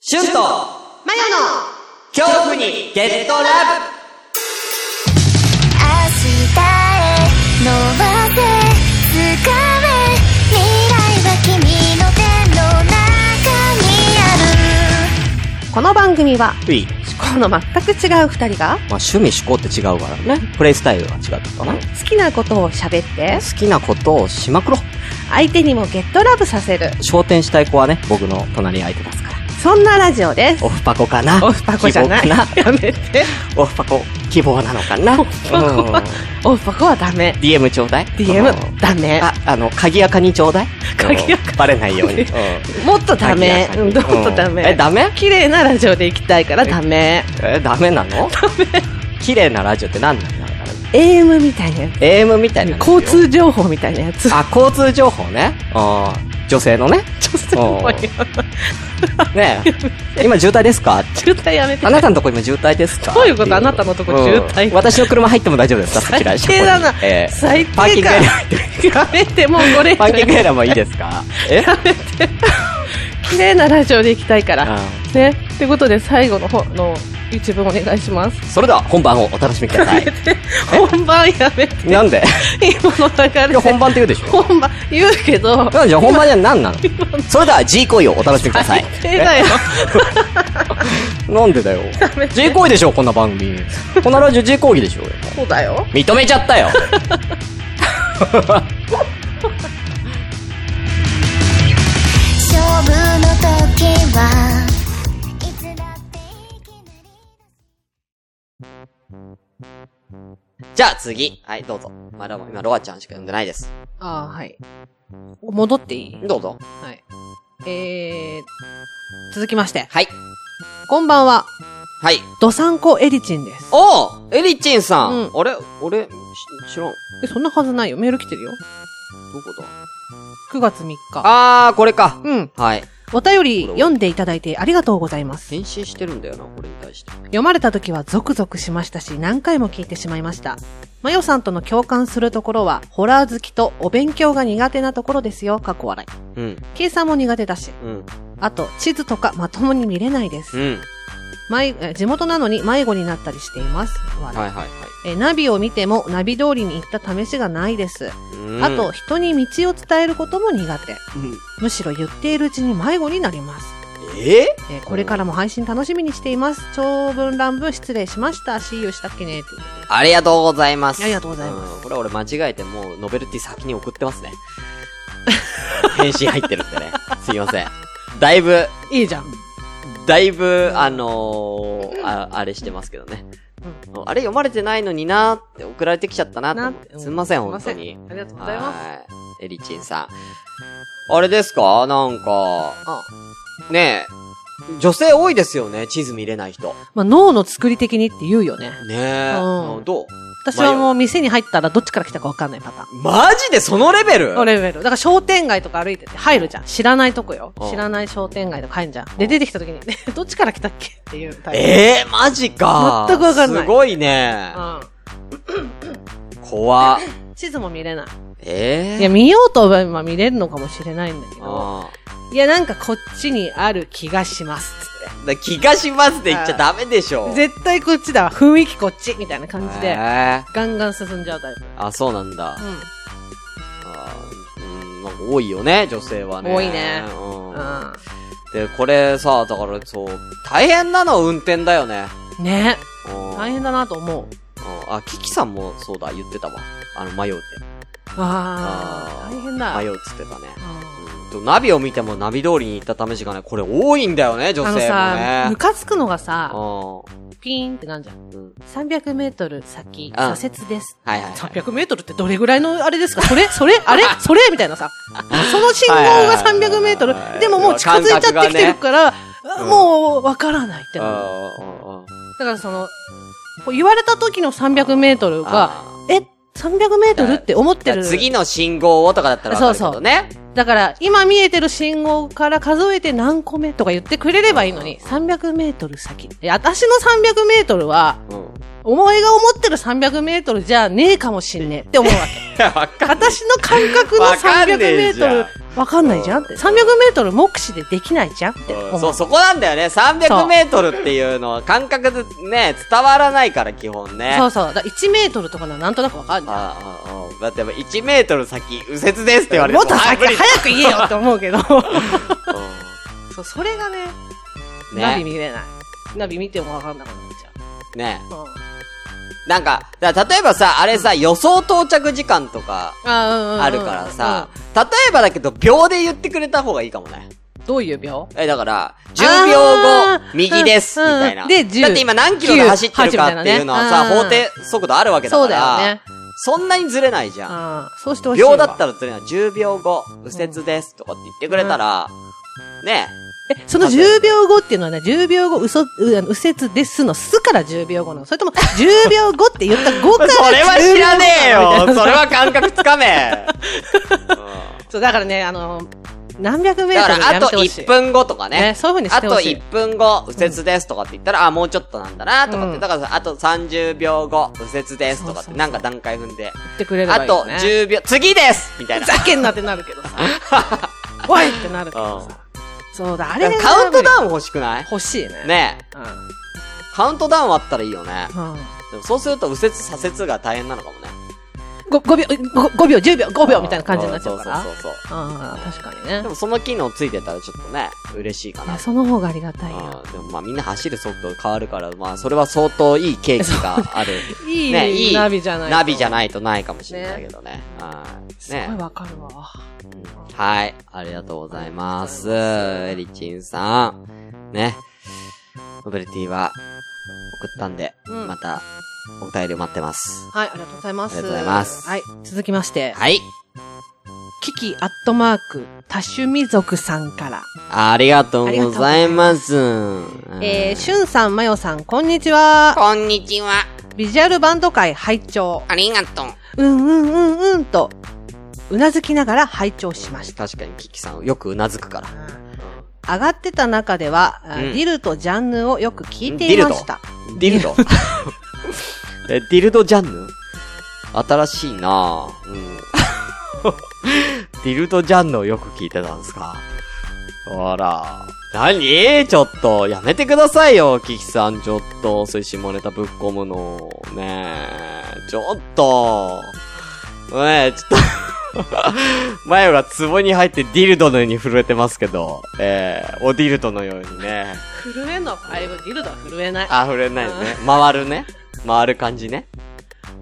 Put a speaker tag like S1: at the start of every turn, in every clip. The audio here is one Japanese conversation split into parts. S1: シュンと
S2: マヨの
S1: 恐怖にゲットラブ
S3: 明日へ伸ばせ掴め未来は君の手の中にある
S2: この番組はい
S1: い。
S2: この全く違う二人が
S1: まあ、趣味嗜好って違うからね。プレイスタイルが違ったかな。好
S2: 好きなことを喋って
S1: きなことをしまくろ。
S2: 相手にもゲットラブさせる
S1: 焦点したい子はね、僕の隣に相手ですから。
S2: そんなラジオです
S1: オフパコかな
S2: オフパコじゃない
S1: 希望かな
S2: やめて
S1: オフパコ、希望なのかなオフ
S2: パコはオフパコはダメ
S1: DM ちょうだい
S2: DM ダメ
S1: あ、あの、鍵垢にちょうだい
S2: 鍵垢
S1: うんバレないように。うん
S2: もっとダメ
S1: 鍵垢
S2: う
S1: に
S2: んもっとダメ
S1: うんえ、ダメ
S2: 綺麗なラジオで行きたいからダメ
S1: え、ダメなのダメ。綺麗なラジオって何なんだろう
S2: AM みたいなやつ
S1: AM みたいなラジオ。
S2: 交通情報みたいなやつ
S1: あ、交通情報ね。あー女性の ね。
S2: 女性もや
S1: ねえ今渋滞ですか
S2: 渋滞やめて
S1: あなたのとこ今渋滞ですか
S2: どういうことあなたのとこ渋滞
S1: うん私の車入っても大丈夫ですかそちら
S2: 最低だ
S1: 車庫
S2: な
S1: にえー
S2: 最低か
S1: パーキングエリア入って
S2: やめてもうこれ以上
S1: パーキングエリアもいいですか え
S2: 綺麗なラジオで行きたいから
S1: う
S2: ねってことで最後の方の一文お願いします
S1: んそれでは本番をお楽しみくださ い。
S2: 本番やめて
S1: なんで
S2: 今の
S1: い
S2: 流
S1: や
S2: れ
S1: 本番って言うでしょ
S2: 本番言うけど
S1: なんじゃ本番じゃ何なのそれでは G 行為をお楽しみください。
S2: 手だよ
S1: えなんでだよ。G 行為でしょこんな番組。こんなラジオ G 行為でしょ
S2: そうだよ
S1: 認めちゃったよ。
S3: 勝負の時はいつだっていきなり
S1: じゃあ次。はい、どうぞ。まだ今、ロアちゃんしか呼んでないです。
S2: ああはい戻っていい
S1: どうぞ。
S2: はいえー、続きまして
S1: はい。
S2: こんばんは
S1: はい。
S2: ドサンコエリチンです
S1: おうエリチンさん、
S2: うん
S1: あれ俺、し知らん。
S2: えそんなはずないよメール来てるよ
S1: どこだ
S2: 9月3日
S1: あー、これか。
S2: うん
S1: はい。
S2: お便り読んでいただいてありがとうございます
S1: 返信してるんだよな、これに対して。
S2: 読まれた時はゾクゾクしましたし何回も聞いてしまいましたマヨさんとの共感するところはホラー好きとお勉強が苦手なところですよ過去笑い
S1: うん、
S2: 計算も苦手だし
S1: うん、
S2: あと地図とかまともに見れないで
S1: う
S2: す、
S1: ん。
S2: 迷え地元なのに迷子になったりしています
S1: はい
S2: 笑
S1: はいいはい。
S2: えナビを見てもナビ通りに行った試しがないです、
S1: うん
S2: あと、人に道を伝えることも苦手
S1: うん
S2: むしろ言っているうちに迷子になります
S1: え
S2: えーこれからも配信楽しみにしています。長文乱文失礼しました。See you したっけねっていうことで
S1: ありがとうございます。
S2: ありがとうございます
S1: うんこれ俺間違えてもう、ノベルティ先に送ってますね。返信入ってるんでね。すいません。だいぶ、
S2: いいじゃん。
S1: だいぶ、あのー、あ、あれしてますけどね。あれ読まれてないのになーって送られてきちゃったなと思って。
S2: な
S1: すみません、
S2: すい
S1: 本
S2: ま
S1: 当
S2: せん
S1: に。
S2: ありがとうございます。
S1: はい。エリチンさん。あれですかなんか、
S2: あ
S1: ねえ、女性多いですよね、地図見れない人。
S2: まあ、脳の作り的にって言うよね。
S1: ねえ、
S2: うん
S1: どう
S2: 私はもう店に入ったらどっちから来たかわかんないパターン。
S1: マジでそのレベル
S2: のレベル。だから商店街とか歩いてて入るじゃん。知らないとこよ
S1: うん。
S2: 知らない商店街とか入るじゃん。で、出てきた時に、 ねどっちから来たっけっていうタイプ。
S1: ええマジか。
S2: 全くわかんない
S1: すごいね。怖。
S2: うん。地図も見れない。
S1: ええ
S2: いや、見ようと思えば見れるのかもしれないんだけど。
S1: あ
S2: いや、なんかこっちにある気がします。つ
S1: あだ気がしますって言っちゃダメでしょ
S2: って。。絶対こっちだわ。雰囲気こっちみたいな感じで。
S1: ええ
S2: ガンガン進んじゃうタイプ。
S1: あ、そうなんだ。
S2: う
S1: あーうん、なんか多いよね、女性はね。
S2: 多いね
S1: うん。
S2: ん。
S1: で、これさ、だからそう、大変なの運転だよね。
S2: うん。ね
S1: うん
S2: 大変だなと思う。
S1: うんあ、キキさんもそうだ、言ってたわ。あの、迷うって。
S2: ああ、大変だ。
S1: 迷
S2: う
S1: うっつってたね。
S2: ん
S1: うんとナビを見てもナビ通りに行った試しがね、これ多いんだよね、女性
S2: あ
S1: も
S2: の
S1: ね。
S2: さ、ムカつくのがさ、
S1: う
S2: ピーンってなんじゃん。
S1: んうん。
S2: 300メートル先、
S1: うん
S2: 左折です。
S1: はいはい、はい。
S2: 300メートルってどれぐらいのあれですかそれそれ あれそれみたいなさ。その信号が300メート
S1: はいはいはい
S2: ル。でももう近づいちゃってきてるから、
S1: がね
S2: あもうわからないって。だ
S1: あ
S2: からその、こう言われた時の300メートルが、
S1: あ
S2: え、300メートルって思っ
S1: じ
S2: て
S1: ゃあ
S2: る。
S1: 次の信号をとかだったらわかるけどね。
S2: だから、今見えてる信号から数えて何個目とか言ってくれればいいのに、300メートル先。いや私の300メートルは、
S1: そううん。
S2: お前が思ってる300メ ートルじゃねえかもしんねえって思うわけ。
S1: いや、わかん
S2: 私の感覚の
S1: わかんね
S2: 300メ
S1: え
S2: ー
S1: じゃん
S2: トルわかんないじゃんって。300メートル目視でできないじゃんって思う。
S1: そう、そこなんだよね。300メートルっていうのは感覚でね、伝わらないから、基本ね。
S2: そうそう。だから1メートルとかならなんとなくわかんな
S1: ああああだってやっぱ1メートル先、右折ですって言わ
S2: い。
S1: れる
S2: もっ
S1: と
S2: と
S1: あ
S2: 先
S1: 無理
S2: 早く言えよって思 うけど。
S1: う
S2: そう、それがね、
S1: んね
S2: ナビ見れない。ナビ見てもわかんなくなっちゃ
S1: ん。ね
S2: う。うん、
S1: なんか、だから例えばさ、あれさ、予想到着時間とか
S2: あうんうんうん
S1: あるからさ、例えばだけど、秒で言ってくれた方がいいかもね。
S2: うんどういう秒
S1: え、だから、10秒
S2: あ
S1: 後
S2: ー、
S1: 右です、
S2: う
S1: み
S2: んうん
S1: たいな。
S2: で10
S1: だって今何キロで走ってる
S2: 9 8みたい
S1: か
S2: な
S1: っ
S2: ね
S1: ていうのはさ、
S2: うん
S1: 法定速度あるわけだ
S2: そ
S1: か
S2: うだ
S1: ら、
S2: よね。
S1: そんなにずれないじゃん。
S2: うん。そうしてほしいわ。
S1: 秒だったらずれない。10秒後、右折です、とかって言ってくれたら、ね
S2: え、その10秒後っていうのはね、10秒後、嘘、うあの右折ですの、すから10秒後なのそれ とも、10秒後って言った5
S1: そ
S2: から
S1: れは知らねえ
S2: 10秒後な
S1: よ
S2: のみたいな
S1: それは感覚つかめ、
S2: そう、だからね、あの、何
S1: う
S2: 百
S1: ん
S2: メ
S1: だ
S2: ー
S1: か
S2: トル
S1: ら、あ
S2: やめ
S1: と
S2: てほしい。
S1: 1分後とかね
S2: ね、。そういうふうにし
S1: あ
S2: て
S1: と
S2: ほしい。
S1: 1分後、右折ですとかって言ったら、あ、もうちょっとなんだな、とかって。
S2: うん
S1: だからさ、あと30秒後、右折ですとかっ
S2: そうそうそ
S1: て、
S2: う
S1: なんか段階踏んで。
S2: ってくれればいい
S1: あ
S2: よ
S1: と
S2: ね、
S1: 10秒、次ですみたい
S2: ふ
S1: な。
S2: ざけんなってなる けどさ。おいってなるけどさ。そうだ、あれが
S1: カウントダウン欲しくない
S2: 欲しいね。。
S1: ねえ、
S2: うん。
S1: カウントダウンあったらいいよね。
S2: うん。
S1: でもそうすると右折左折が大変なのかもね。
S2: 5, 秒、5秒、10秒、5秒みたいな感じになっちゃうから。
S1: んそうそうそう
S2: ああ、確かに
S1: そう。
S2: ね
S1: で。もその機能ついてたらちょっとね、嬉しいか
S2: い
S1: な
S2: や、。その方がありがたいよ。
S1: うんでもまあみんな走る速度変わるから、まあそれは相当いいケーキが ある。
S2: いい、
S1: ねいい
S2: ナビじゃない。
S1: ナビじゃ
S2: い。
S1: ないとないかもしれないけどね。はい。
S2: すごい
S1: ね。
S2: わかるわ。
S1: はい。ありがとうございます。
S2: ありがとうございます
S1: エリチンさん。ね。ノベルティは送ったんで、
S2: うん
S1: またお便りを待ってます。
S2: はい、ありがとうございます。
S1: ありがとうございます
S2: はい、続きまして、
S1: はい。
S2: キキアットマーク、多趣味族さんから。
S1: ありがとうございます。
S2: えー、しゅんさん、まよさん、こんにちは。
S1: こんにちは。
S2: ビジュアルバンド会拝聴。
S1: ありがとう。
S2: うんうんうんうんと、うなずきながら拝聴しました。
S1: 確かにキキさんよくうなずくから。
S2: 上がってた中では、あ
S1: うん
S2: ディルとジャンヌをよく聞いていました。
S1: ディルド。え、ディルドジャンヌ新しいなぁ。うん。 ディルドジャンヌをよく聞いてたんですか。ほら。何ちょっと、やめてくださいよ、キキさん。ちょっと、そういう下ネタぶっ込むの。ねえ。ちょっと。ねえ、ちょっと。 マヨが壺に入ってディルドのように震えてますけど、ええおディルドのようにね。
S2: 震えんのかいぶ、ディルドは震えない。
S1: あ、触れないね。回るね。回る感じね。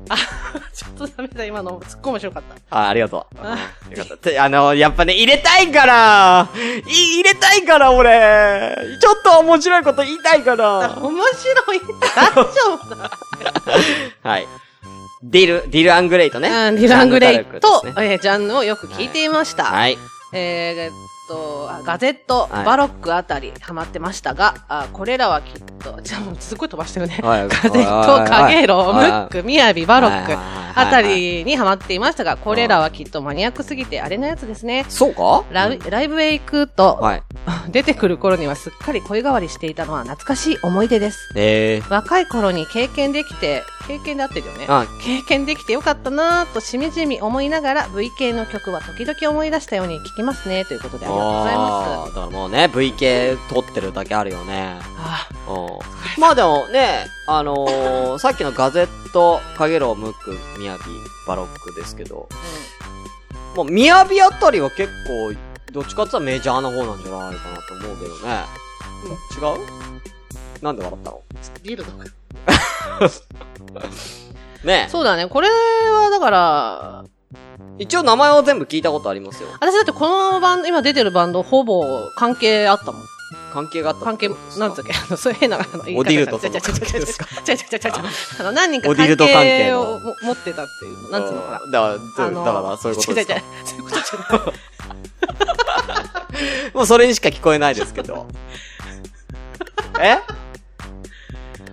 S2: ちょっとダメだ、今の突っ込むしよかった。
S1: あ、ありがとう。
S2: あ
S1: うん よかったて。あの、やっぱね、入れたいからい入れたいから、俺ちょっと面白いこと言いたいから
S2: 面白い。大丈夫だ。
S1: はい。ディル、ディル・アングレイトね。
S2: うん、ディラングレイと、
S1: ジャンヌダルクですね
S2: えージャンヌをよく聞いていました。
S1: はい。
S2: えーえっと、あガゼット、
S1: はい
S2: バロックあたりハマってましたが、あこれらはきっと、じゃあもうすごい飛ばしてるね。
S1: はい
S2: ガゼット、カゲロ、ムック、ミヤビ、バロッ
S1: はい
S2: ク
S1: はいはいはい
S2: あたりにハマっていましたが、これらはきっとマニアックすぎてあれのやつですね。
S1: そうか
S2: ライライブへ行くと、
S1: はい。
S2: 出てくる頃にはすっかり声変わりしていたのは懐かしい思い出です。
S1: え
S2: 若い頃に経験できて、経験であってるよね。
S1: ー。あ、
S2: 経験できてよかったなぁとしみじみ思いながら VK の曲は時々思い出したように聞きますねということでありがとうござい
S1: あ
S2: ます。
S1: ーだからもうね、VK 撮ってるだけあるよね。
S2: あ
S1: うんまあでもね、あのー、さっきのガゼット、カゲロウ、ムック、みやび、バロックですけど、まあ、みやびあたりは結構、どっちかって言ったらメジャーな方なんじゃないかなと思うけどね。違うなんで笑ったの
S2: ビールとか。
S1: ね
S2: そうだね。これはだから、
S1: 一応名前は全部聞いたことありますよ。
S2: 私だってこのバンド、今出てるバンドほぼ関係あったもん。
S1: 関係があった
S2: 関係、なんつ
S1: か
S2: うっけ、あの、そういう変な、あの、言い
S1: オディルト
S2: ち
S1: と
S2: ゃちゃ
S1: の
S2: ち
S1: 関
S2: ゃちゃち
S1: 係
S2: ゃ
S1: で
S2: ち
S1: すか
S2: ゃちゃちゃちゃ。あの、何人か
S1: オディルト関係の
S2: 関係をも持ってたっていうの、なんつうのかな。
S1: だから、だ
S2: あの
S1: からそういうことです
S2: ちゃ
S1: か
S2: ちゃち。ゃそういうことじゃない。
S1: もうそれにしか聞こえないですけど。 え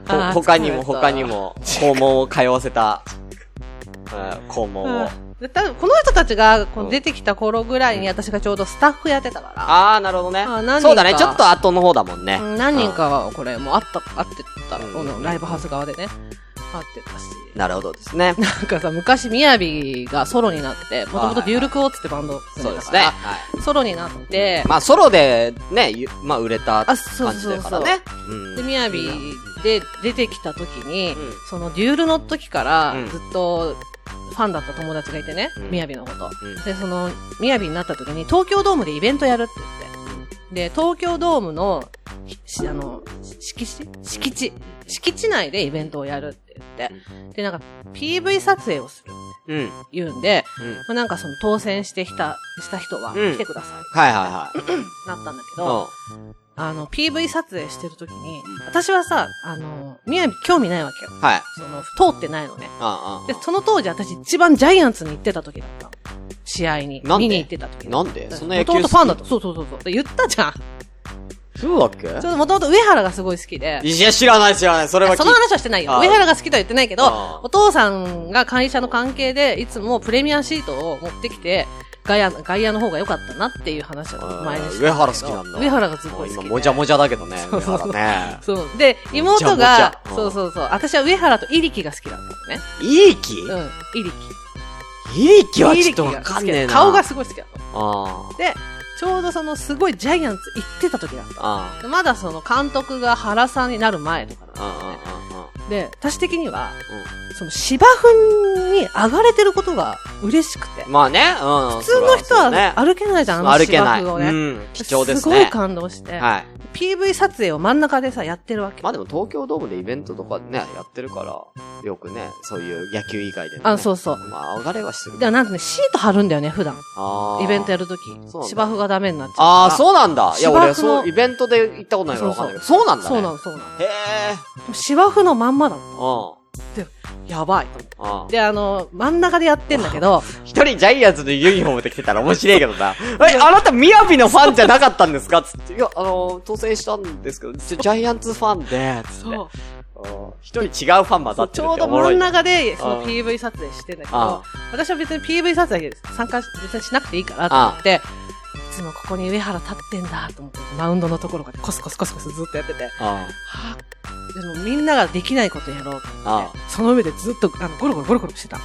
S1: ほ
S2: あー
S1: 他に
S2: 疲
S1: も
S2: れた
S1: 他にも、肛門を通わせた、あー肛門を。
S2: で多分この人たちがこ
S1: うん
S2: う出てきた頃ぐらいに私がちょうどスタッフやってたか
S1: あー、なるほどね
S2: あー何人か。
S1: そうだね、ちょっと後の方だもんね
S2: ら、。何人かはこれもうあった、あってたら、
S1: うん
S2: このライブハウス側でね、かってたし。
S1: なるほどです ね。
S2: なんかさ、昔、みやびがソロになって、もともとデュールクオーツってバンド組ん
S1: そう
S2: で
S1: で
S2: た
S1: す
S2: か
S1: ね。
S2: ら、
S1: はい。
S2: ソロになって、
S1: まあ、ソロでね、ゆまあ、売れた感
S2: あそう
S1: じ
S2: そう
S1: だ
S2: そ
S1: か
S2: う
S1: らね。
S2: で、
S1: うん
S2: みやびで出てきた時に、
S1: うん
S2: そのデュールの時から
S1: うん
S2: ずっとファンだった友達がいてね
S1: うん、
S2: みやびのこと。
S1: うん
S2: で、その、みやびになった時に東京ドームでイベントやるって言って。で、東京ドームの、しあの、敷地敷地。敷地内でイベントをやるって言って。で、なんか PV 撮影をする。
S1: うん。うん。
S2: 言うんで、
S1: うん
S2: まあ、なんかその当選してきた、した人は
S1: うん
S2: 来てください。
S1: はいはいはい。
S2: なったんだけ
S1: うん
S2: ど、あの、PV 撮影してる時に
S1: う、
S2: 私はさ、あの、みやび興味ないわけよ。
S1: はい。
S2: その、通ってないのね。
S1: ああ
S2: で、その当時私一番ジャイアンツに行ってた時だったの。試合に。
S1: なんで
S2: 見に行ってた時。
S1: なんでそんな野球
S2: も
S1: 好
S2: と
S1: き
S2: もとファンだった。そうそうそうそう。で言ったじゃん。ち
S1: そうだっけ
S2: ょっともともと上原がすごい好きで。
S1: いや、知らない知らない。それは聞い
S2: その話はしてないよ。
S1: あー
S2: 上原が好きとは言ってないけ
S1: あ
S2: ど
S1: ー、
S2: お父さんが会社の関係で、いつもプレミアシートを持ってきて、外野、外野の方が良かったなっていう話を前にしてたけど。
S1: 上原好きなんだ。
S2: 上原がすごい好
S1: 今、
S2: きで。
S1: もじゃもじゃだけどね。
S2: そ
S1: 上
S2: うそうそう
S1: 原ね。
S2: そう。で、妹
S1: もちゃ
S2: が
S1: もちゃ、
S2: そうそうそう。私は上原とイリキが好きだったのね。
S1: いい気
S2: うん。イリキ。
S1: いい気はちょ
S2: イリ
S1: っ
S2: キ
S1: と
S2: が
S1: わ
S2: 好
S1: か
S2: き
S1: んねえ
S2: で
S1: な。
S2: 顔がすごい好きだったの。
S1: あ
S2: で、ちょうどそのすごいジャイアンツ行ってた時だっ
S1: あ。あ
S2: た。まだその監督が原さんになる前とかだっ
S1: あ。あ
S2: たのね。
S1: あ。
S2: で、私的には、
S1: う
S2: その芝生に上がれてることが嬉しくて
S1: ん。。まあね。うん。
S2: 普通の人
S1: そりゃ
S2: は
S1: そう
S2: 歩けないじゃん、
S1: ね
S2: あの
S1: 歩けな
S2: 芝
S1: い。
S2: 生を
S1: う
S2: ね。
S1: ん。貴重ですす
S2: ごい
S1: ね。
S2: 感動して、
S1: はい。
S2: PV 撮影を真ん中でさ、やってるわけ。
S1: まあでも東京ドームでイベントとかね、やってるから、よくね、そういう野球以外で、ね。
S2: あ、そうそう。
S1: まあ上がれはしてる。
S2: でもなんかね、シート貼るんだよね、普段。
S1: あー
S2: イベントやるとき
S1: そうなん。だ
S2: 芝生がダメになっちゃうから。
S1: ああ、そうなんだ。いや、
S2: 芝生
S1: 俺
S2: の
S1: そう、イベントで行ったことないからわかんないけど。そうなんだ、ね。
S2: そうなの、そうなの。
S1: へえ。
S2: でも芝生のまんまだっ
S1: う
S2: た。やばい。
S1: ん。うん。
S2: で、あの、真ん中でやってんだけど、
S1: 一人ジャイアンツのユニフォームで着てたら面 白いけどな。え、あなた、みやびのファンじゃなかったんですかつって。いや、あのー、当選したんですけど、ちょジャイアンツファンで、つって。
S2: そう。
S1: うん一人違うファン混ざって
S2: ち
S1: る
S2: ょ
S1: っ
S2: う
S1: てお
S2: ど
S1: もろ
S2: 真
S1: い
S2: ん
S1: ね。
S2: 中で、その
S1: うん
S2: PV 撮影してんだけ
S1: あ
S2: ど、私は別に PV 撮影参加し、別にしなくていいからって言って、いつもここに上原立ってんだと思って、マウンドのところからコスコスコスコスずっとやってて、
S1: あ
S2: はぁでもみんなができないことやろうと思
S1: あ
S2: って、その上でずっと、あの、ゴロゴロゴロゴロしてた。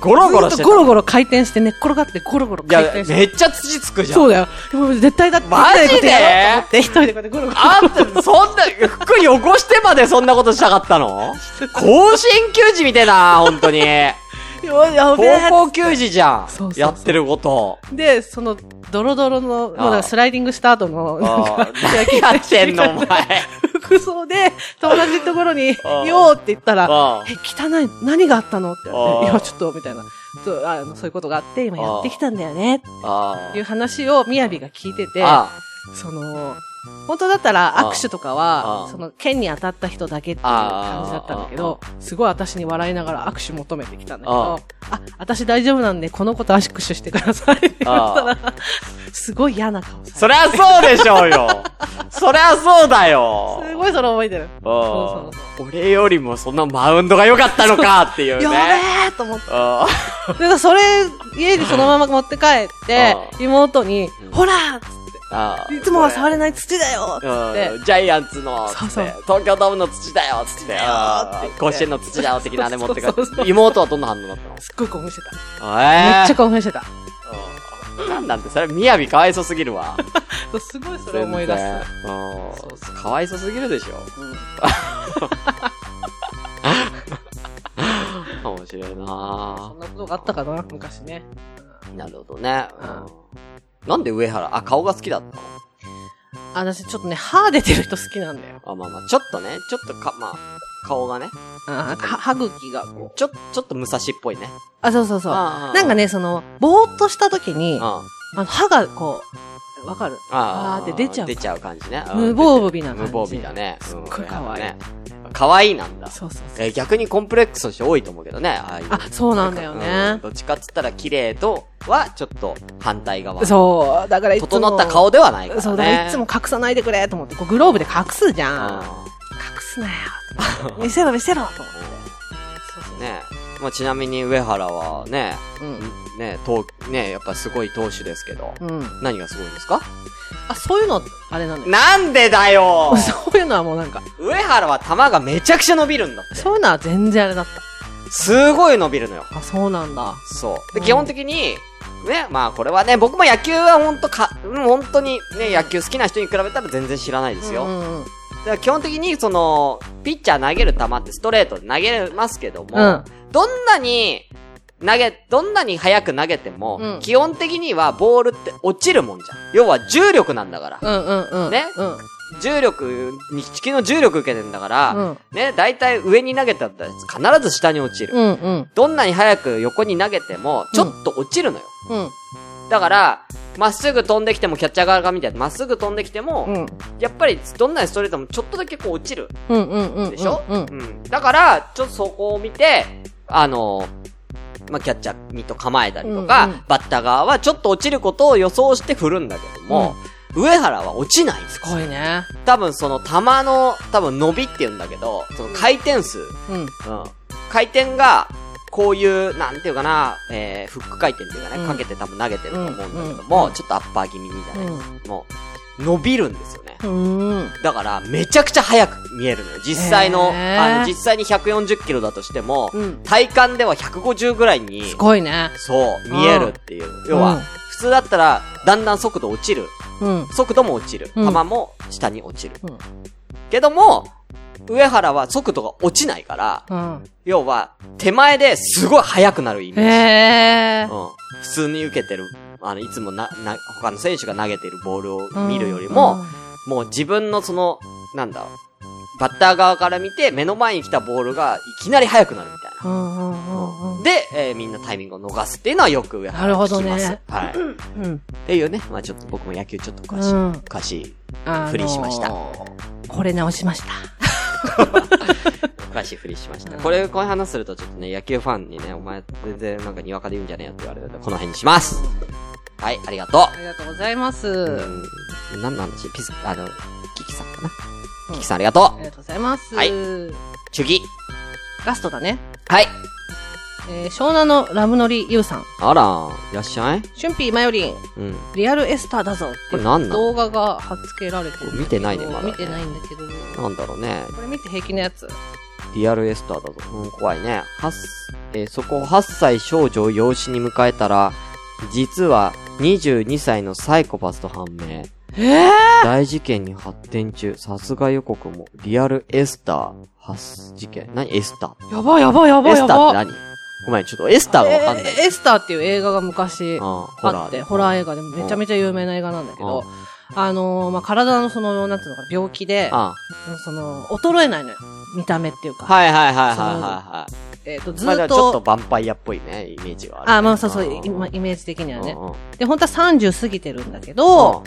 S1: ゴロゴロして。
S2: ずったとゴロゴロ回転して寝っ転がってゴロゴロ
S1: いや
S2: 回転、して。
S1: めっちゃ土つくじゃん。
S2: そうだよ。でも絶対だって、
S1: マジで
S2: できないことやろうと思って一人でこうやってゴロゴロ。
S1: あんた、そんな、服汚してまでそんなことしたかったの甲子園球児みてえな、本当に。
S2: よやべえ
S1: 高校球児じゃん
S2: そうそう。そう
S1: やってること。
S2: で、その、ドロドロの、もうだからスライディングした後の、なん
S1: あ
S2: か、
S1: ー何やってんの、 お前。
S2: 服装で、友達のところに
S1: ああ、
S2: ようって言ったら、
S1: あ
S2: え、汚い、何があったのって言われて、
S1: ああ
S2: いや、ちょっと、みたいな。そうあのそういうことがあって、今やってきたんだよね、っ
S1: ーあ
S2: ていう話を、みやびが聞いてて、その、本当だったら
S1: ああ
S2: 握手とか
S1: ああ
S2: は、その、剣に当たった人だけっていう感じだったんだけど、すごい私に笑いながら握手求めてきたんだけ
S1: あ
S2: ど、あ、私大丈夫なんで、この子と握手してくださいって言ったら、すごい嫌な顔されて。
S1: そりゃそうでしょう よ。そりゃそうだよ。
S2: すごいそれ覚えてる。
S1: あ
S2: そうそ
S1: ー俺よりもそのマウンドが良かったのかっていう
S2: やべ
S1: ね。
S2: えと思って。
S1: あ
S2: で、それ、家にそのまま持って帰って
S1: あ、
S2: 妹に
S1: うん、
S2: ほら
S1: あ
S2: いつもは触
S1: れ
S2: れない土だよつって
S1: う。んジャイアンツの、
S2: そう
S1: つ
S2: そ
S1: っ
S2: う
S1: て東京ドームの土だよ、つって、
S2: だよって言って
S1: 甲子園の土だよ、的なね、持
S2: そう
S1: っ
S2: そう
S1: て帰
S2: そう
S1: って。妹はどんな反応だったの
S2: すっごい興奮してた。め
S1: え
S2: っちゃ興奮してた。
S1: え。なんなんて、それ、みやびかわいそすぎるわ。
S2: そうすごいそれ思い出す。
S1: す
S2: そ。う
S1: うん。かわいそすぎるでしょ。面白い
S2: そ
S1: なん
S2: なことがあったかな昔ね。
S1: ぁなるほどね。うんなんで上原あ、顔が好きだったの
S2: あ、私ちょっとね、歯出てる人好きなんだよ。
S1: あ、まあまあ、ちょっとね、ちょっとか、まあ、顔がね、
S2: あ、歯歯茎がこう。
S1: ちょ、ちょっと武蔵っぽいね。
S2: あ、そうそうそう。
S1: ああ
S2: なんかね、その、ぼーっとした時に、あ
S1: あ
S2: の、歯がこう、わかる
S1: あ
S2: あーって出ちゃう
S1: 出ちゃう感じね。うん
S2: 無防備な感じ
S1: 無防備だね。
S2: すっごい可愛い
S1: うん。可愛いなんだ。
S2: そうそうそう。
S1: えー逆にコンプレックスの人多いと思うけどね。ああいう
S2: あ、そうなんだよ
S1: う
S2: ね
S1: ん。どっちかっつったら綺麗とは、ちょっと反対側。
S2: そう、だからいつも。
S1: 整った顔ではないからね。
S2: そうだからいつも隠さないでくれと思って、こうグローブで隠すじゃ
S1: あ
S2: ん。隠すなよと思 って。見せろ見せろと思って。そう
S1: ー。ねまあ、ちなみに上原はね、
S2: そう。
S1: ね、投、ね、やっぱすごい投手ですけど、
S2: うん。うん。
S1: 何がすごいんですか
S2: あ、そういうの、あれなんだよ。
S1: なんでだよ
S2: そういうのはもうなんか、
S1: 上原は球がめちゃくちゃ伸びるんだって。
S2: そういうのは全然あれだっ
S1: すごい伸びるのよ。
S2: た。あ、そうなんだ。
S1: そう。で、
S2: うん
S1: 基本的に、ね、まあこれはね、僕も野球は本当か、うん本当にね、野球好きな人に比べたら全然知らないですよ。
S2: うんうんうん
S1: だから基本的に、その、ピッチャー投げる球ってストレートで投げれますけども、
S2: うん
S1: どんなに、投げ、どんなに早く投げても、
S2: うん
S1: 基本的にはボールって落ちるもんじゃん。要は重力なんだから。
S2: うんうんうん。
S1: ね
S2: うん。
S1: 重力に、地球の重力受けてんだから、
S2: うん
S1: ね、大体上に投げたやつ必ず下に落ちる。
S2: うんうん。
S1: どんなに早く横に投げても、ちょっと落ちるのよ。
S2: うん。
S1: だから、まっすぐ飛んできても、キャッチャー側が見て、まっすぐ飛んできても、
S2: うん。
S1: やっぱりどんなにストレートもちょっとだけこう落ちる
S2: うんうんうん。
S1: でしょ、
S2: うんうん。
S1: だから、ちょっとそこを見て、あの、まあ、キャッチャーミット構えたりとか、
S2: うんうん
S1: バッター側はちょっと落ちることを予想して振るんだけども、上原は落ちないんです
S2: すごいね。
S1: 多分その球の、多分伸びって言うんだけど、その回転数、うん。
S2: うん。
S1: 回転が、こういう、なんていうかな、えー、フック回転っていうかね、
S2: うん
S1: かけて多分投げてると思うんだけども、
S2: うん
S1: ちょっとアッパー気味みたいなやつも、伸びるんですよね。
S2: うん。
S1: だから、めちゃくちゃ速く見えるのよ。実際の、
S2: へー
S1: あの、実際に140キロだとしても、
S2: うん
S1: 体感では150ぐらいに、
S2: すごいね。
S1: そう、見えるっていう。要は、
S2: うん
S1: 普通だったら、だんだん速度落ちる。
S2: うん。
S1: 速度も落ちる。球
S2: うん
S1: も下に落ちる。
S2: うん
S1: けども、上原は速度が落ちないから、
S2: うん。
S1: 要は、手前ですごい速くなるイメージ。
S2: へえ。
S1: うん。普通に受けてる、あの、いつもな、な、他の選手が投げてるボールを見るよりも、もう自分のその、なんだ、バッター側から見て、目の前に来たボールがいきなり速くなるみたいな。
S2: うん、うんうんうんうん。
S1: で、えーみんなタイミングを逃すっていうのはよく上原は聞きます。
S2: なる
S1: はい。っ
S2: うん。
S1: ていうね、まあちょっと僕も野球ちょっと詳しい。
S2: うん
S1: 詳しい。
S2: あのー
S1: ふりしました
S2: これ直しました。
S1: 詳しいふりしました。
S2: うん
S1: これ、こういう話するとちょっとね、野球ファンにね、お前全然なんかにわかで言うんじゃねえよって言われるので、この辺にします。はい、ありがと
S2: ありがとうございます。
S1: う。うん。何の話ピス、あの、キキさんかな。
S2: うん
S1: キキさんありがと
S2: あ
S1: う。
S2: りがとうございます。
S1: はいチュギ。
S2: ラストだね。
S1: はい。
S2: えー、湘南のラムノリユウさん。
S1: あら、いらっしゃい。
S2: 春ピーマヨリン、
S1: うん。
S2: リアルエスターだぞって
S1: これ
S2: いう
S1: 何なの
S2: 動画が貼っ付けられてるんだけど。
S1: 見てないねまだね
S2: 見てないんだけど。こ
S1: なんだろうね。
S2: れ見て平気なやつ。
S1: リアルエスターだぞ。うん、怖いね。8、えーそこ8歳少女を養子に迎えたら、実は22歳のサイコパスと判明。
S2: え
S1: 大事件に発展中、殺害予告も、リアルエスター、発事件。何エスタ
S2: ー、やばいやばいや
S1: ー
S2: ば
S1: エ
S2: い
S1: ス
S2: や
S1: ターっ
S2: ば
S1: て何ごめん、ちょっとエスターがわかんない。
S2: えーエスターっていう映画が昔
S1: ああホ
S2: あ
S1: ラ
S2: っ
S1: ーで
S2: て、ホラー映画でめちゃめちゃ有名な映画なんだけど、あのー、まあ、体のその、なんていうのかな、病気で、
S1: あ
S2: その、衰えないのよ。見た目っていうか。
S1: はいはいはいはいはいはい。
S2: えっ、と、ず
S1: まあじゃあ
S2: ーっ
S1: ちょっ
S2: と、
S1: とヴァンパイアっぽいね、イメージがある。
S2: あ、まあそうそ
S1: ん
S2: う、今、イメージ的にはね
S1: うん。うん
S2: で、本当は30過ぎてるんだけど、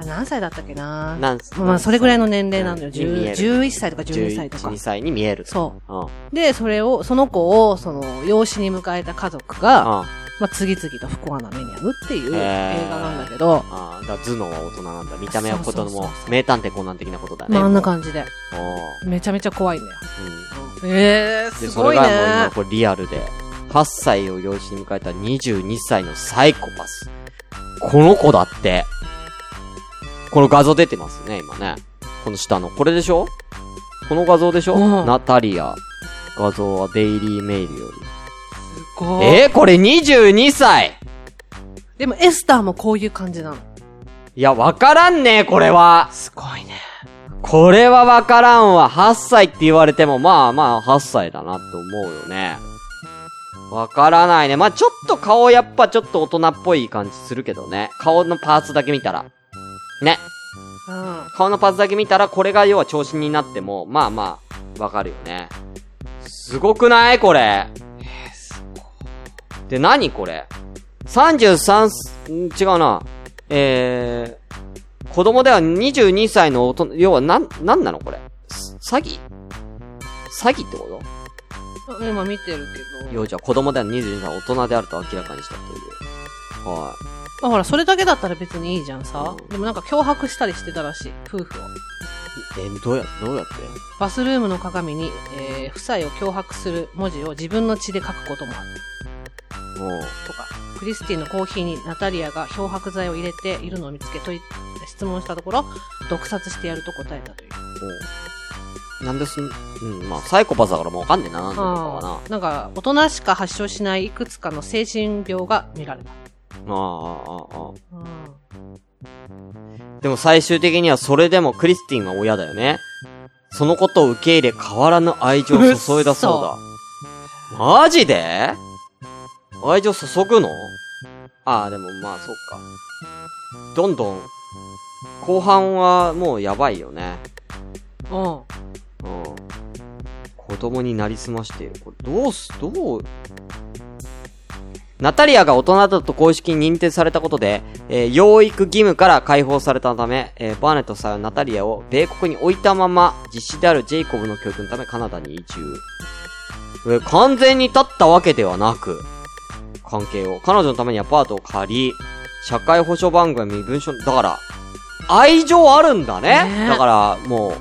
S2: あ何歳だったっけな
S1: なん
S2: まあ、それぐらいの年齢なの
S1: う
S2: よ。
S1: ん見え
S2: 10
S1: る
S2: 11歳とか12
S1: 12
S2: 歳とか
S1: 12。歳に見える。
S2: そ
S1: うん。うん。
S2: う。で、それを、その子を、その、養子に迎えた家族が、
S1: あ
S2: まあ、次々と不幸な目に遭うっていう
S1: へ
S2: 映
S1: ー
S2: 画なんだけど、
S1: あー、だから頭脳は大人なんだ。見た目は子供。
S2: そうそうそうそう
S1: 名探偵コナン的なことだね。
S2: まあ、あんな感じで。
S1: おー
S2: めちゃめちゃ怖いんだよ。
S1: うん
S2: ええー、
S1: ですそ
S2: ご
S1: れ
S2: い
S1: が
S2: ね
S1: もう。今これリアルで、8歳を養子に迎えた22歳のサイコパス。この子だって。この画像出てますね、今ね。この下の。これでしょこの画像でしょ、
S2: うん
S1: ナタリア。画像はデイリーメイルよ
S2: すご
S1: り。
S2: い
S1: えー、これ22歳
S2: でも、エスターもこういう感じなの。
S1: いや、わからんね、これは。
S2: すごいね。
S1: これはわからんわ。8歳って言われても、まあまあ8歳だなって思うよね。わからないね。まあちょっと顔やっぱちょっと大人っぽい感じするけどね。顔のパーツだけ見たら。ね。
S2: うん。
S1: 顔のパーツだけ見たら、これが要は調子になっても、まあまあ、わかるよね。すごくないこれ。で、何これ ?33 す、ん違うな。えー、子供では22歳の大人、要はなん、なんなのこれ。す詐欺詐欺ってこ
S2: 今見てる
S1: と
S2: けど。
S1: 要はじゃあ子供では22歳の大人であると明らかにしたという。は
S2: まあ、ほら、それだけだったら別にいいじゃんさ。
S1: うん
S2: でもなんか脅迫したりしてたらしい、夫婦を。
S1: い。え、どうや、どうやって
S2: バスルームの鏡に、えー、夫妻を脅迫する文字を自分の血で書くこともある
S1: もう。
S2: とか、クリスティのコーヒーにナタリアが漂白剤を入れているのを見つけ、取り質問したところ、毒殺してやると答えたという。
S1: おなんですん、うん、まあ、サイコパスだからもうわかんねえな、なんでのかは
S2: あーなんか、大人しか発症しないいくつかの精神病が見られた。
S1: な。ああ、ああ、あ
S2: うん。
S1: あ。でも最終的にはそれでもクリスティンは親だよね。そのことを受け入れ変わらぬ愛情を注いだそうだ。マジで愛情注ぐのああ、でもまあ、そっか。どんどん、後半はもうやばいよね。
S2: うん。
S1: うん。子供になりすましてよ。これどうす、どう、ナタリアが大人だと公式に認定されたことで、えー養育義務から解放されたため、えーバーネットさんはナタリアを米国に置いたまま、実施であるジェイコブの教育のためカナダに移住。えー完全に立ったわけではなく、関係を。彼女のためにアパートを借り、社会保障番組、文書、だから、愛情あるんだね。
S2: ね
S1: だから、もう、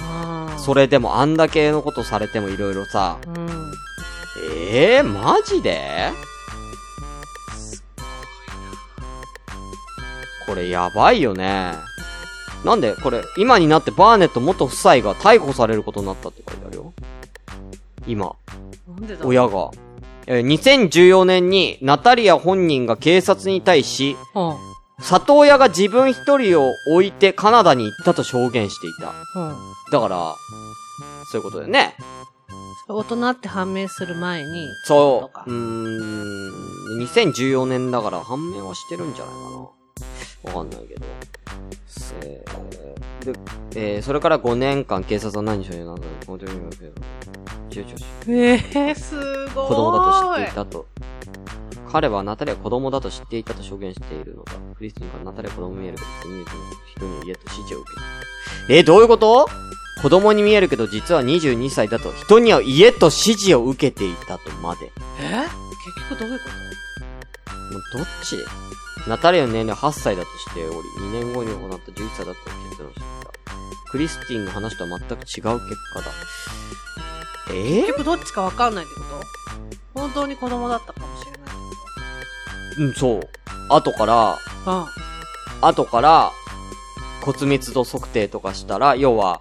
S2: ああ。
S1: それでもあんだけのことされてもいろいろさ、
S2: うん。
S1: ええー、マジでこれやばいよね。なんで、これ、今になってバーネット元夫妻が逮捕されることになったって書いてあるよ。今。
S2: なんでだ
S1: 親が。えー2014年にナタリア本人が警察に対し、
S2: うん。うん。
S1: 里親が自分一人を置いてカナダに行ったと証言していた。だから、そういうことだよね。
S2: 大人って判明する前に、と
S1: そ
S2: か
S1: う。うーん。2014年だから判明はしてるんじゃないかな。わかんないけど。えー、で、えー、それから5年間警察は何所になんだろう。本当に言うけど住所し
S2: えー、すごい。
S1: 子供だと知っていたと。彼はナタリアは子供だと知っていたと証言しているのだ。クリスティンからナタリアは子供に見えるけど、人には言えと指示を受けた。えー、どういうこと子供に見えるけど、実は22歳だと、人には言えと指示を受けていたとまで。
S2: え結局どういうこ
S1: もうどっちナタリアの年齢は8歳だとしており、2年後に行った11歳だったと結論していた。クリスティンの話とは全く違う結果だ。え
S2: と結局どっちかわかんないってこと本当に子供だったかもしれないってこ
S1: ー、うん、そう。後から、
S2: とあ
S1: 後から骨密度測定とかしたら、要は、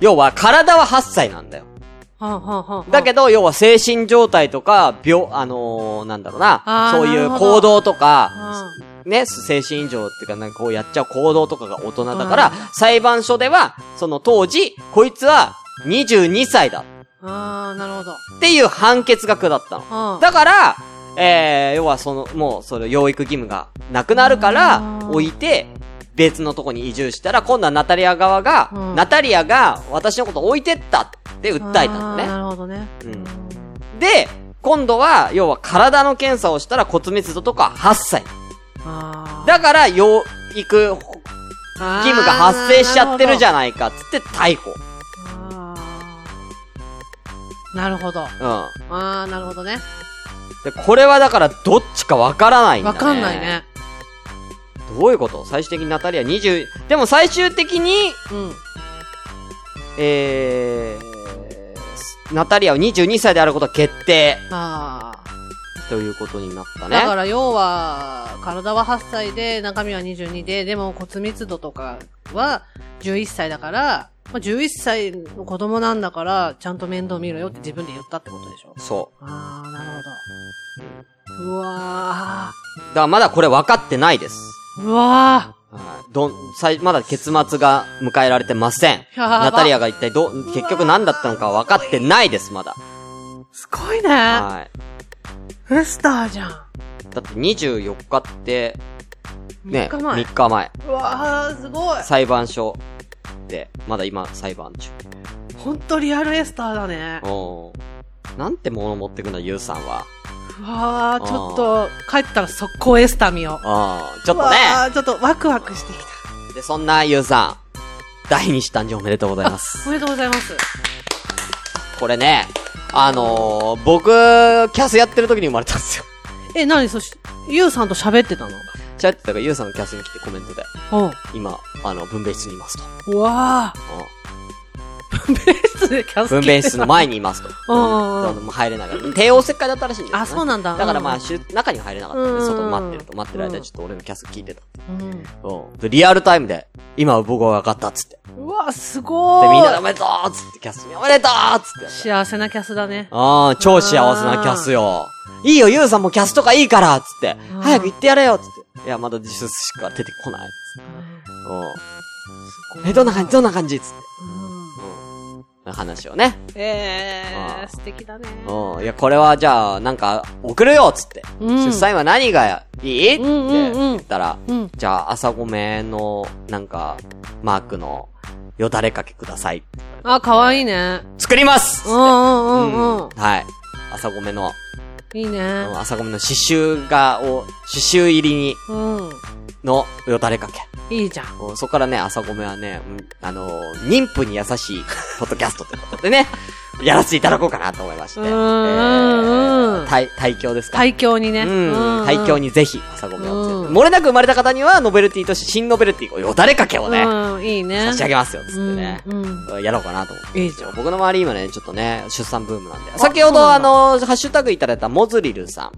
S1: 要は体は8歳なんだよ。
S2: あ、はあ、はあ、はあ。
S1: だけど、要は精神状態とか、病、あのー、なんだろうな
S2: あ、ー
S1: そうい
S2: なる
S1: う
S2: ほど
S1: 行動とか、
S2: う
S1: ね、精神異常っていうか、なんかこうやっちゃう行動とかが大人だか
S2: う
S1: ら
S2: ん、
S1: 裁判所では、その当時、こいつは22歳だ
S2: ん。ああ、なるほど。
S1: っていう判決が下ったの。
S2: うん。
S1: だから、えー、要はその、もう、それ、養育義務がなくなるか
S2: あ
S1: ら、
S2: ー
S1: 置いて、別のとこに移住したら、今度はナタリア側が、
S2: うん
S1: ナタリアが私のこと置いてったって訴えたの
S2: あー
S1: ね。
S2: なるほどね。
S1: うんで、今度は、要は体の検査をしたら骨密度とか8歳。
S2: あー
S1: だから、養育義
S2: あー
S1: 務が発生しちゃってるじ
S2: ゃん。
S1: ゃないか、つって逮捕。
S2: あーなるほど。あ
S1: うん。
S2: あ、なるほどね。
S1: で、これはだから、どっちかわからないんだ
S2: わ
S1: ね。
S2: かんないね。。
S1: どういうこと最終的にナタリア20、でも最終的に、
S2: うん。
S1: えー、ナタリアは22歳であることは決定
S2: ああ。
S1: ということになったね。
S2: だから要は、体は8歳で、中身は22で、でも骨密度とかは11歳だから、まあ、11歳の子供なんだから、ちゃんと面倒見ろよって自分で言ったってことでしょ。
S1: そ
S2: ああ、なるほど。うわ
S1: う。だからまだこれ分かってないです。
S2: ーうわ
S1: はいどん、最、まだ結末が迎えられてません。
S2: やば
S1: ナタリアが一体どう、結局何だったのか分かってないです、まだ。
S2: ーすごいね
S1: はい。
S2: フスターじゃん
S1: だって24日って、ね、
S2: 3日前。
S1: 3日前。
S2: うわー、すごい
S1: 裁判所で、まだ今裁判中。
S2: ほんとリアルエスターだね。
S1: おーなんて物持ってくんだ、ユウさんは。
S2: うわー、ちょっと、帰ったら速攻エスター見よう。
S1: ああ、ちょっと
S2: うわ
S1: ね。
S2: ー、ちょっとワクワクしてきた。
S1: で、そんなゆうさん、第二子誕生おめでとうござい ます。
S2: おめでとうございます。
S1: これね、あのー、僕、キャスやってる時に生まれたんですよ。
S2: え、なにそし、ゆうさんと喋ってたの
S1: ちゃってたからゆうさんのキャスに来てコメントで、
S2: おう
S1: 今、あの、分娩室にいますと。
S2: うわ
S1: う
S2: 分娩室でキャス
S1: 分
S2: ケ
S1: 娩室の前にいますと。
S2: あー
S1: うんそうもう入れなかった。帝王切開だったらしいんだよ、
S2: あそうなんだ
S1: だからま
S2: う
S1: あ、
S2: ん
S1: しゅ中には入れなかったんで、
S2: うん
S1: 外待ってると、待ってる間にちょっと俺のキャス聞いてた。
S2: うん
S1: うん。で、リアルタイムで、今僕は分かったっつって。で、
S2: うわ、すごーい。
S1: みんなでおめでとうっつって、キャスにおめでとうっつってやった。
S2: 幸せなキャスだね。
S1: ああ、超幸せなキャスよ。いいよ、ゆうさんもキャスとかいいからっつって
S2: うん。
S1: 早く行ってやれよっつって。いや、まだ自出しか出てこないっつって。うん。え、どんな感じどんな感じっつって。うん。話をね。
S2: え
S1: あ
S2: ー、素敵だね。
S1: うん。いや、これはじゃあ、なんか、送るよっつって。
S2: うん
S1: 出産は何がいいって
S2: うんうんうん
S1: 言ったら、
S2: うん。
S1: じゃあ、朝ごめの、なんか、マークの、よだれかけください。
S2: あ、かわいいね。
S1: 作ります
S2: うんうんうんうん。
S1: はい。朝ごめの、
S2: いいうね
S1: ん。朝ごめの刺繍が、を、刺繍入りに、
S2: うん。
S1: のよだれかけ。
S2: いいじゃん。
S1: うんそこからね、朝ごめはね、うんあのー妊婦に優しい、ポッドキャストってことで ね、やらせていただこうかなと思いまして。
S2: うんうんうん
S1: 対、対教ですか
S2: 対響にね。
S1: うん。対響
S2: に。
S1: にぜひ、朝ごめをつけ
S2: う
S1: て。
S2: ん
S1: 漏れなく生まれた方には、ノベルティとして、新ノベルティをよだれかけをね、
S2: うん、いいね。
S1: 差し上げますよ、つってね。
S2: うんうん。
S1: やろうかなと思って。
S2: いいじゃん
S1: 僕の周り今ね、ちょっとね、出産ブームなんで。先ほどあ
S2: そうなんだ
S1: の、ハッシュタグいただいたモズリルさん。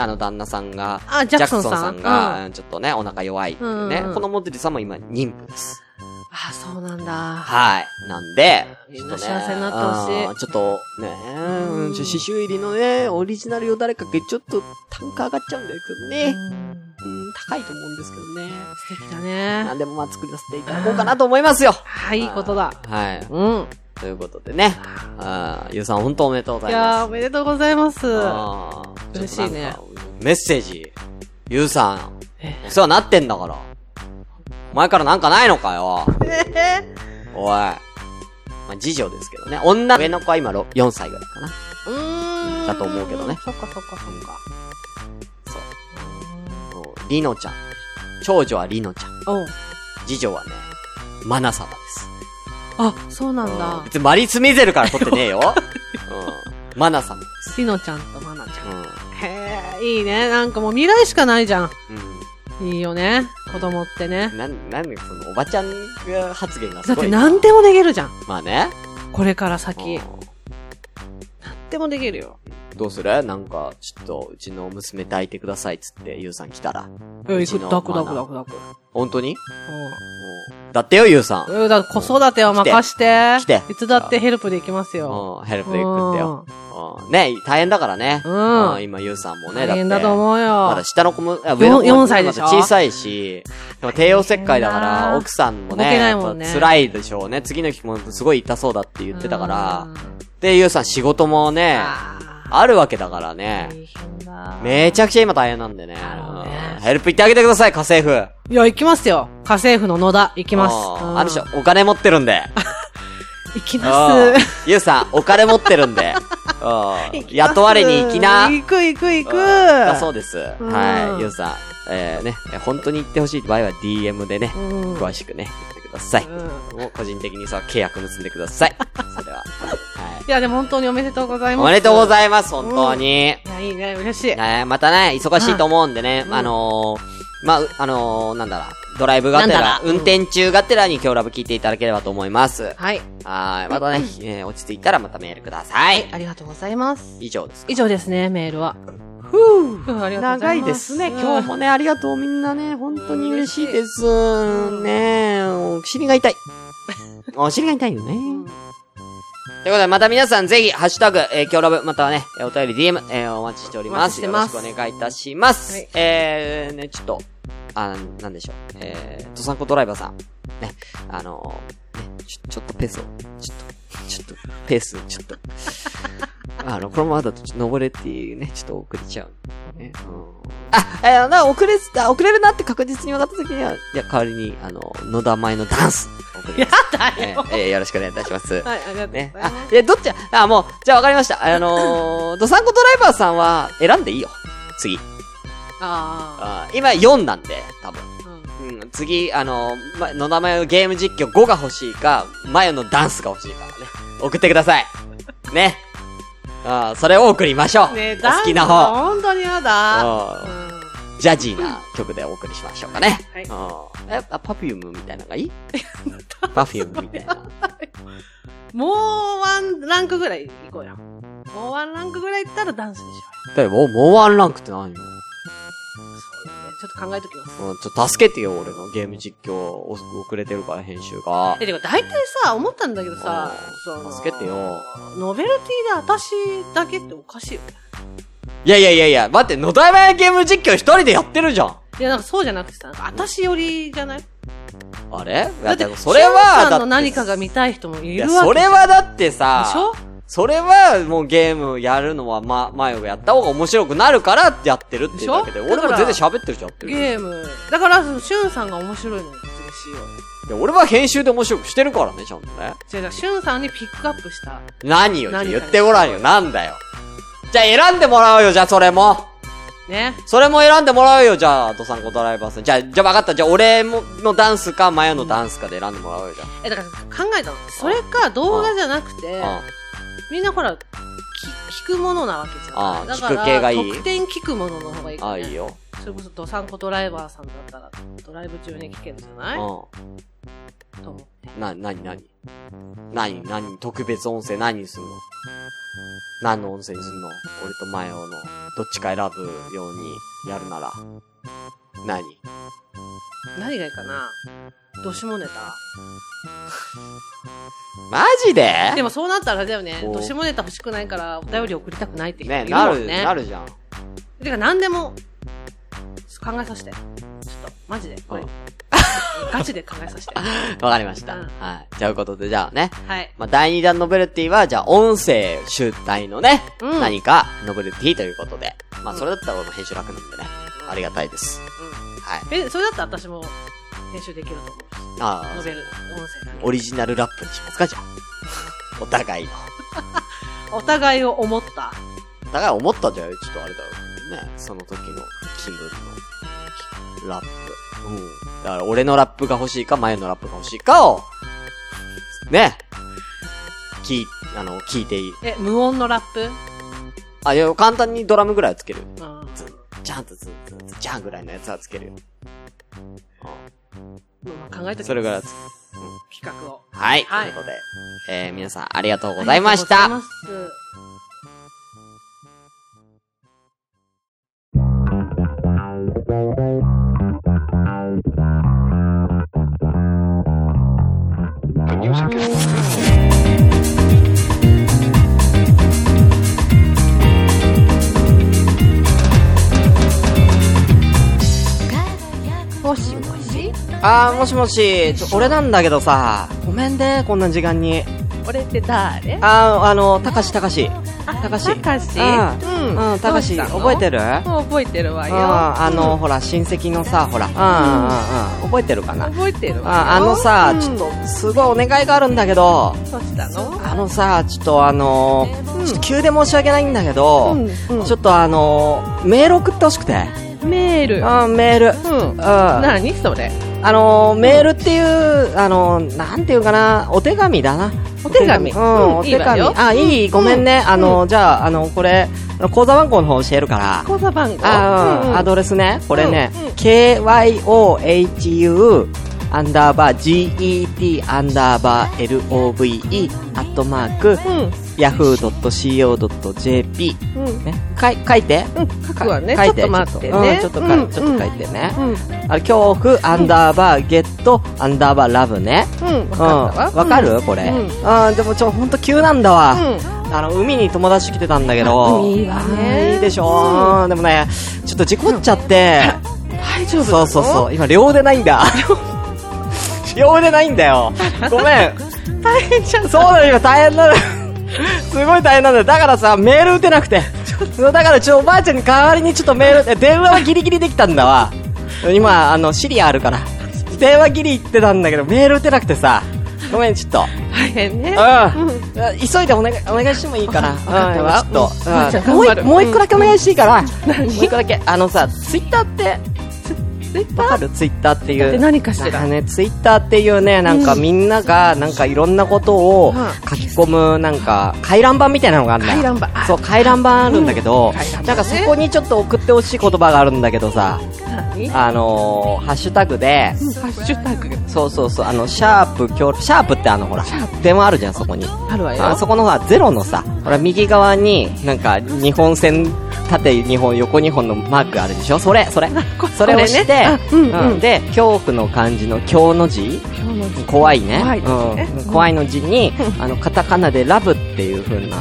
S1: あの、旦那さんが、
S2: あジャクソンさん
S1: ジャクが、ちょっとね、お腹弱いっていうね。
S2: うんうん
S1: このモズリルさんも今、妊婦です。
S2: あ、そうなんだ。
S1: はい。なんで、
S2: みんな幸せになってほしい
S1: うんちょっと、ね、う
S2: うん
S1: ん、ちょ刺繍入りのね、オリジナルよ誰かけ、ちょっと単価上がっちゃうんだけど
S2: う
S1: ね。
S2: ん
S1: うん、高いと思うんですけどね。
S2: 素敵だね
S1: な。んでもまあ作らせていただこうかなと思いますよ。
S2: はい、いいことだ。
S1: はい。
S2: うん。
S1: ということでね。あーゆうさん、本当おめでとうござ
S2: い
S1: います
S2: やー、お。めでとうございます。
S1: あー
S2: 嬉しい
S1: ちょ
S2: ね。
S1: っとなんかメッセージ。ゆうさん
S2: え、
S1: お世話になってんだから。お前からなんかないのかよ。
S2: え
S1: おい。まあ、次女ですけどね。女、上の子は今ろ4歳ぐらいかな。
S2: うーん。
S1: だと思うけどね
S2: そっかそっかそっか。
S1: そう。りのちゃん。長女はりのちゃん。
S2: おう
S1: 次女はね、まなさばです。
S2: あ、そうなん
S1: うん
S2: だ。
S1: 別にマリス・ミゼルから取ってねえよ。うん。まなさばで
S2: しのちゃんとまなちゃ
S1: す。
S2: ん。へえ、いいね。なんかもう未来しかないじゃん。
S1: うん。
S2: いいよね。子供って
S1: う
S2: ね
S1: ん。。なん、なんで、その、おばちゃんが発言が
S2: だ
S1: す
S2: っ
S1: ご
S2: て
S1: い。
S2: 何でもできるじゃん。
S1: まあね。
S2: これから
S1: う
S2: 先。
S1: ん
S2: 何でもできるよ。
S1: どうするなんか、ちょっと、うちの娘抱いてくださいっつって、ゆうさん来たら。
S2: え、
S1: う
S2: 行
S1: ち
S2: く。
S1: の
S2: だくだく
S1: マナ
S2: だくだく。
S1: 本当にだってよ、ゆうさん。
S2: うん。え、だから子育ては任して。
S1: 来て来て
S2: いつだってヘルプで行きますよ。
S1: うん、ヘル
S2: う
S1: プで行くってよ。
S2: ん。
S1: うんね、大変だからね。
S2: うん
S1: 今、ゆうさんもね、
S2: 大変
S1: だっ
S2: だ
S1: て
S2: と思う
S1: ま
S2: よ
S1: だ。下の子も、あ上の子も
S2: 四歳でしょ
S1: まだ小さいし、でも帝王切開だか
S2: 大変
S1: ら、
S2: だ
S1: 奥さんも
S2: 動
S1: ね、
S2: けないもんね
S1: やっぱ辛いでしょうね。次の日もすごい痛そうだって言ってたから。で、ゆうさん仕事も
S2: うん。
S1: ね、
S2: あ
S1: あるわけだから
S2: ー
S1: ね。
S2: 大変だ。
S1: めちゃくちゃ今大変なんでね。
S2: なるほどね
S1: うんヘルプ行ってあげてください、家政婦。
S2: いや、行きますよ。家政婦の野田、行きます。
S1: あ
S2: う
S1: ー
S2: ん
S1: あの人、お金持ってるんで。
S2: 行き ます。
S1: ゆうさん、お金持ってるん で。うん雇われに行きな。
S2: 行く行く行く。
S1: だそうです。
S2: うん
S1: はい。ゆうさん、えー、ね、本当に行ってほしい場合は DM でね、
S2: うん
S1: 詳しくね、言ってください。
S2: う
S1: もう個人的にさ、契約結んでください。そ れは。はい
S2: や、でも本当におめでとうござい
S1: い。お
S2: ます。
S1: めでとうご
S2: い
S1: ざいます、本当に。
S2: ます。いや、いいね、嬉しい。
S1: ね、またね、忙しいと思うんでね、
S2: うん
S1: あのー、まあ、うあのー、なんだら、ドライブがてら、
S2: なんだら
S1: 運転中がてらに今日ラブ聞いていただければと思います。は
S2: はい。
S1: ーい。またね、えー落ち着いたらまたメールください。
S2: ありがとうございます。
S1: 以上です。
S2: 以上ですね、メールは。
S1: ふう。
S2: ふうありがとうござ
S1: 長
S2: い
S1: い
S2: ま
S1: で
S2: す。
S1: すね。今日もね、ありがとうみんなね。本当に嬉しいです。ねえ、お尻が痛 い。お尻が痛いよね。ということで、また皆さんぜひ、ハッシュタグ、えー、今日ラブ、またはね、えーお便り DM、えーお待ちしておりま
S2: お待ち
S1: す。
S2: してます
S1: よろしくお願いいたします。
S2: はい
S1: えー、ね、ちょっと、あー、なんでしょう。えー、とさんこドライバーさん。ね、あのーね、ちょ、ちょっとペースを、ちょっと、ちょっと、ペース、ちょっと。 あの、このままだと、ちょっと登れっていうね、ちょっと遅れちゃう。ね、あ、えー、な、遅れ、あ遅れるなって確実に分かった時には、いや、代わりに、あの、野田前のダンス。
S2: やだ
S1: え
S2: よ。
S1: ーえーよろしくお願いいたします。
S2: はい、ありがとうござい
S1: ね。
S2: ま
S1: あ
S2: す。、
S1: え、どっちあ、もう、じゃあわかりました。あのー、ドサンコドライバーさんは選んでいいよ。次。
S2: あ
S1: あー今4なんで、多分。
S2: ーうん
S1: うん、次、あのー、ま、の名前のゲーム実況5が欲しいか、マヨのダンスが欲しいからね。送ってください。ね。あーそれを送りましょう。
S2: ね
S1: お好きな
S2: ダ
S1: 方。
S2: ンス本当にやだ。
S1: うん
S2: うん
S1: ジャジーな曲でお送りしましょうかね。
S2: はい
S1: うんえ、あ、パフュームみたいなのがいいパフュームみたいな。
S2: もうワンランクぐらい行こうよ。もうワンランクぐらい行ったらダンスにしようよ。
S1: だよ、もう、もうワンランクって何よ。
S2: そうだね。ちょっと考えときます。
S1: うん、ちょっと助けてよ、俺のゲーム実況、お遅れてるから、編集が。
S2: え、でも大体さ、思ったんだけどさ、そ
S1: うん
S2: の
S1: 助けて。よ。
S2: ノベルティで私だけっておかしいよね。
S1: いやいやいやいや、待って、野田山ゲーム実況一人でやってるじゃん。
S2: いや、なんかそうじゃなくてさ、なんか私よりじゃない
S1: あれ
S2: だって、
S1: それは、
S2: 翔さ
S1: だ
S2: んの
S1: って
S2: 何かが見たい人もい
S1: い
S2: る
S1: や、
S2: わけじゃん
S1: それはだってさ、
S2: でしょ
S1: それはもうゲームやるのは、ま、前をやった方が面白くなるからってやってるっていうだけで、
S2: でしょ
S1: 俺も
S2: だか
S1: 全然
S2: ら
S1: 喋ってるじゃんやってる。い
S2: ゲーム。だから、その、しゅんさんが面白いのに嬉しいようよ。
S1: や俺は編集で面白くしてるからね、ちゃんとね。
S2: じゃあ、しゅんさんにピックアップした。
S1: 何よ、じゃあ
S2: 何
S1: 言ってごらんよ、なんだよ。じゃあ選んでもらおうよ、じゃあそれも。
S2: ね。
S1: それも選んでもらおうよ、じゃあ、ドサンコドライバーさん。じゃあ、じゃあ分かった。じゃあ、俺ものダンスか、マヤのダンスかで選んでもらおうよ、じゃ
S2: え、だから考えたの。それか、動画じゃなくて、
S1: あ。
S2: みんなほら、き聞くものなわけじゃ
S1: あ
S2: ん。だか
S1: 聞
S2: ら、
S1: く系がいい
S2: 特典聞くものの方がいい
S1: うん。あ
S2: か
S1: あ、
S2: ね。
S1: いいよ。
S2: それこそ、ドサンコドライバーさんだったら、ドライブ中に聞けるじゃな
S1: う
S2: い、と思って。
S1: ん。な、なになになになに特別音声何にすんの何の音声にすんの俺とマヤの、どっちか選ぶようにやるなら。何
S2: 何がいいかなどしもネタ。
S1: マジで
S2: でもそうなったらあれだよね、
S1: お
S2: どしもネタ欲しくないから、お便り送りたくないって人
S1: ね
S2: いる
S1: な
S2: も
S1: る、
S2: んね。
S1: なるじゃん。
S2: てか何でも、ちょっと考えさせて。ちょっと、マジで、これ
S1: うん。
S2: ガチで考えさ せて。
S1: わかりました。
S2: うん
S1: はい。ということで、じゃあね。
S2: はい。
S1: まあ、第2弾ノベルティは、じゃあ、音声主体のね、
S2: うん
S1: 何かノベルティということで。まあ、
S2: うん
S1: それだったら俺も編集楽なんでね。ありがたいです。はい。
S2: え、それだったら私も編集できると思うし。
S1: あ
S2: ノ
S1: あ、
S2: ベル、音声だけ
S1: オリジナルラップにしますか、じゃあ。 お互いの。
S2: お互いを思った。
S1: お互い思ったんじゃないちょっとあれだろうね。その時の気分のラップ。うん。だから、俺のラップが欲しいか、前のラップが欲しいかを、ね。聞い、あの、聞いていい。
S2: え、無音のラップ
S1: あ、いや、簡単にドラムぐらいはつける。
S2: うん。
S1: ズン、ジャンとズン、ズン、ジャンぐらいのやつはつけるよ。
S2: まあ、考えときます
S1: それから、
S2: 企画を。
S1: はい。
S2: はい
S1: ということで、えー、皆さんありがとうございました。
S2: ありがとうございますもしもし
S1: あー、もしもし、ちょ、俺なんだけどさ、ごめんね、こんな時間に。
S2: 俺って誰
S1: あー、あの、たかし、たかし。
S2: た
S1: かし
S2: たかし
S1: うん、うん、たかし、覚えて
S2: る
S1: るうん、
S2: もう覚えてるわよ。
S1: あの、ほら、親戚のさ、ほら、うん、うん、うん、覚えてるかな。
S2: 覚えてるわよ。
S1: あ、あのさ
S2: う、ん
S1: ちょっと、すごいお願いがあるんだけど、
S2: どうしたの
S1: あのさ、ちょっとあの
S2: うん
S1: ちょっと急で申し訳ないんだけど、
S2: うん
S1: ちょっとあのメール送ってほしくて。
S2: メール。
S1: あメール。
S2: う
S1: う
S2: ん
S1: ん。。あ
S2: 何それ
S1: のメールっていう、あのなんていうかな、お手紙だな。
S2: お手紙
S1: う
S2: うん
S1: ん、お手
S2: いいわ
S1: 紙。
S2: よ
S1: あ、いいごめんね。あのじゃあ、あのこれ、あの口座番号の方教えるから。
S2: 口座番号
S1: あ、
S2: う
S1: うん
S2: うん
S1: ん、アドレスね。これね、
S2: うんうん
S1: kyohu アンダーバー get アンダーバー love アットマーク、yahoo.co.jp
S2: うん。うん。
S1: ね、かい書いて、
S2: うん。書くわね。
S1: か
S2: ちょ
S1: 書い
S2: っと待って
S1: う
S2: ね。
S1: んちょっとか、
S2: うん
S1: ちょっと書いてね、
S2: うん。うん。
S1: あれ恐怖アンダーバーゲットアンダーバーラブね
S2: うん。わ
S1: うん
S2: かったわ。
S1: わかる、これ、
S2: うん
S1: あーでもちょほんと急なんだわ、
S2: うん。
S1: あの海に友達来てたんだけど
S2: 海は
S1: あ
S2: ね
S1: ーいいでしょ、でもねちょっと事故っちゃって、
S2: 大丈夫
S1: そうそうそう今両腕ないんだ両腕ないんだよごめん
S2: う。大変じゃん。
S1: そうなの今大変なのすごい大変なんだよだからさメール打てなくてだからちょおばあちゃんに代わりにちょっとメール電話はギリギリできたんだわ今あのシリアあるから電話ギリ行ってたんだけどメール打てなくてさごめんちょっと
S2: 大変ね。
S1: うん、急いでお願いお願いしてもいいか な。
S2: わかったわ
S1: うん
S2: うん
S1: ちょっと、
S2: うん
S1: もう
S2: 頑張
S1: 一
S2: る
S1: もう一個だけお願いしていいかな。もう一個だけ、あのさ、ツイッターって。ツイッターわかるツイッターってい
S2: って
S1: う。
S2: 何かしら
S1: なんね、ツイッターっていうね、なんかみんなが、なんかいろんなことを
S2: うん
S1: 書き込む、なんか、回覧板みたいなのがあるんだよ。
S2: 回覧板あ
S1: そう、回覧板あるんだけど
S2: 回覧板、ね
S1: なんかそこにちょっと送ってほしい言葉があるんだけどさ、
S2: 何
S1: あのー、ハッシュタグで、
S2: ハッシュタグ。
S1: そうそうそう、あの、シャープ、今日、シャープってあの、ほら、電話あるじゃん、そこに。
S2: あるわよ。
S1: あそこのさ、ゼロのさ、ほら、右側に、なんか、日本線、縦2本、横2本のマークあるでしょそれ、それ。それをして、
S2: あうんうん
S1: うんで、恐怖の漢字の今日の字
S2: 今日の時
S1: 怖いね。
S2: 怖いですね
S1: うん、怖いの字に、あの、カタカナでラブっていう風な、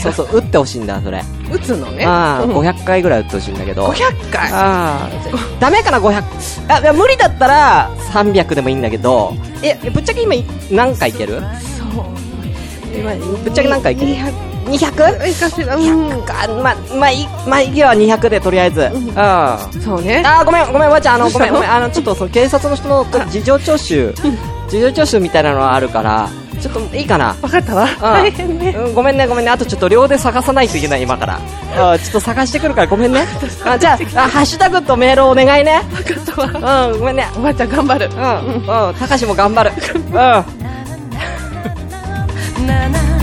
S1: そうそう、打ってほしいんだ、それ。
S2: 打つのね。
S1: ああ、
S2: うん
S1: 500回ぐらい打ってほしいんだけど。
S2: 500回。
S1: ああ、ダメかな、500。あ、いや、無理だったら、300でもいいんだけど、え、ぶっちゃけ今、何回いける
S2: そう。
S1: ぶっちゃけ何回いける ?200?
S2: いかせら、うん
S1: 100。か、ま、まあ、いい、まあ、いけは200で、とりあえず。うん。あ
S2: そうね。
S1: あ、ごめん、ごめん、わちゃん、あの、
S2: ど
S1: ご
S2: うし
S1: めん、
S2: たの
S1: ごめん、あの、ちょっと、その、警察の人 の事情聴取、事情聴取みたいなのはあるから、ちょっと、いいかな。
S2: わかったわ。大変ね。
S1: うん、ごめんね、ごめんね。あとちょっと両で探さないといけない、今から。あーちょっと探してくるから、ごめん ね。あじゃああ、ハッシュタグとメールをお願いね。うん、ごめんね。
S2: おばあちゃん頑張る。
S1: うん、うん、たかしも頑張る。うん。
S3: なな